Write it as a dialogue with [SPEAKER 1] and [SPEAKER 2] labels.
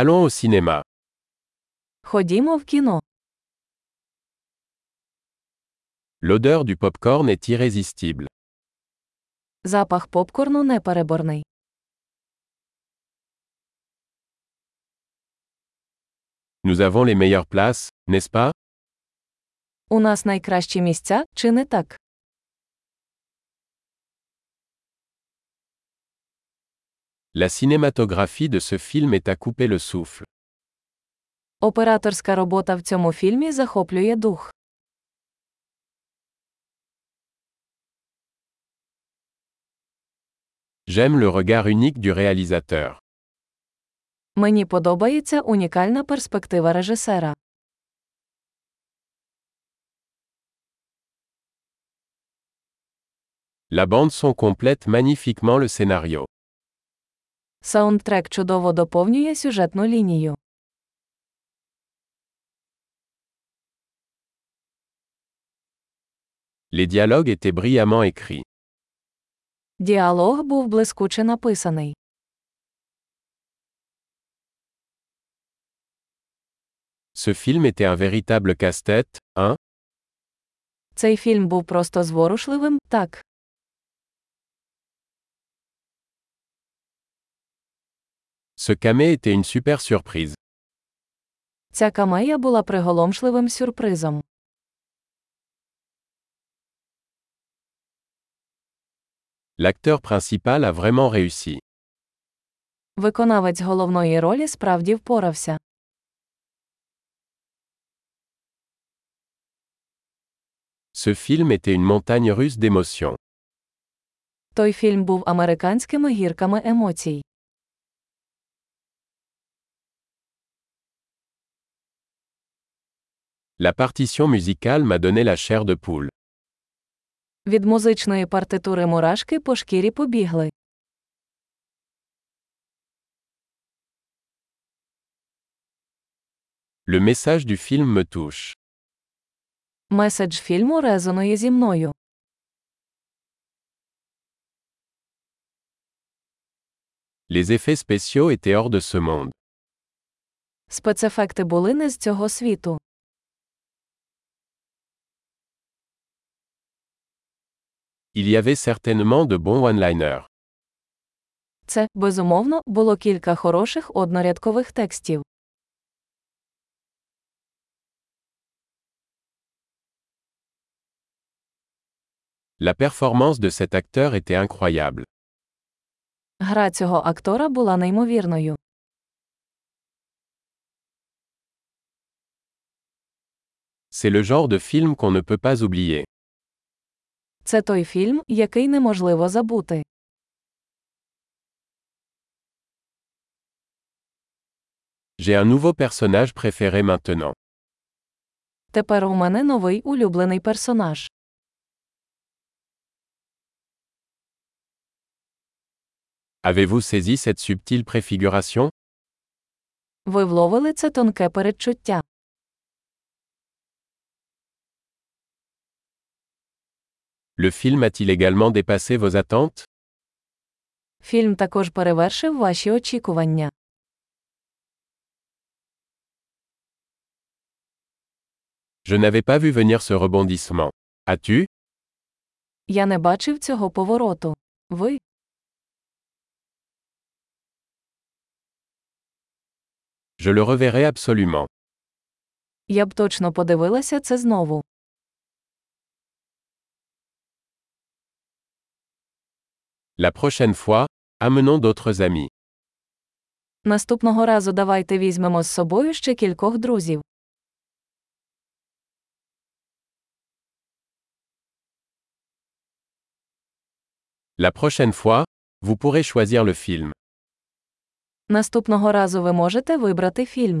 [SPEAKER 1] Allons au cinéma.
[SPEAKER 2] Ходімо в кіно.
[SPEAKER 1] L'odeur du popcorn est irrésistible.
[SPEAKER 2] Запах попкорну непереборний.
[SPEAKER 1] Nous avons les meilleures places, n'est-ce pas
[SPEAKER 2] У нас найкращі місця, чи не так?
[SPEAKER 1] La cinématographie de ce film est à couper le souffle.
[SPEAKER 2] Операторська робота в цьому фільмі захоплює дух.
[SPEAKER 1] J'aime le regard unique du réalisateur.
[SPEAKER 2] Мені подобається унікальна перспектива режисера.
[SPEAKER 1] La bande son complète magnifiquement le scénario.
[SPEAKER 2] Саундтрек чудово доповнює сюжетну лінію.
[SPEAKER 1] Les dialogues étaient brillamment écrits.
[SPEAKER 2] Діалог був блискуче написаний.
[SPEAKER 1] Ce film était un véritable casse-tête, hein
[SPEAKER 2] Цей фільм був просто зворушливим, так.
[SPEAKER 1] Ce camé était une super surprise.
[SPEAKER 2] Ця камея була приголомшливим сюрпризом.
[SPEAKER 1] L'acteur principal a vraiment réussi.
[SPEAKER 2] Виконавець головної ролі справді впорався.
[SPEAKER 1] Ce film était une montagne russe d'émotions.
[SPEAKER 2] Той фільм був американськими гірками емоцій.
[SPEAKER 1] La partition musicale m'a donné la chair de poule.
[SPEAKER 2] Від музичної партитури мурашки по шкірі побігли.
[SPEAKER 1] Le message du film me touche.
[SPEAKER 2] Меседж фільму резонує зі мною.
[SPEAKER 1] Les effets spéciaux étaient hors de ce monde.
[SPEAKER 2] Спецефекти були не з цього світу.
[SPEAKER 1] Il y avait certainement de bons one-liners.
[SPEAKER 2] Це, безумовно, було кілька хороших однорядкових текстів.
[SPEAKER 1] La performance de cet acteur était incroyable.
[SPEAKER 2] Гра цього актора була неймовірною.
[SPEAKER 1] C'est le genre de film qu'on ne peut pas oublier.
[SPEAKER 2] Це той фільм, який неможливо забути.
[SPEAKER 1] J'ai un nouveau personnage préféré maintenant.
[SPEAKER 2] Тепер у мене новий улюблений персонаж.
[SPEAKER 1] Avez-vous saisi cette subtile préfiguration
[SPEAKER 2] Ви вловили це тонке передчуття.
[SPEAKER 1] Le film a-t-il également dépassé vos attentes
[SPEAKER 2] Фільм також перевершив ваші очікування.
[SPEAKER 1] Je n'avais pas vu venir ce rebondissement. As-tu
[SPEAKER 2] Я не бачив цього повороту. Ви
[SPEAKER 1] Je le reverrai absolument.
[SPEAKER 2] я б точно подивилася це знову.
[SPEAKER 1] La prochaine fois, amenons d'autres amis.
[SPEAKER 2] Наступного разу давайте візьмемо з собою ще кількох друзів.
[SPEAKER 1] La prochaine fois, vous pourrez choisir le film.
[SPEAKER 2] Наступного разу ви можете вибрати фільм.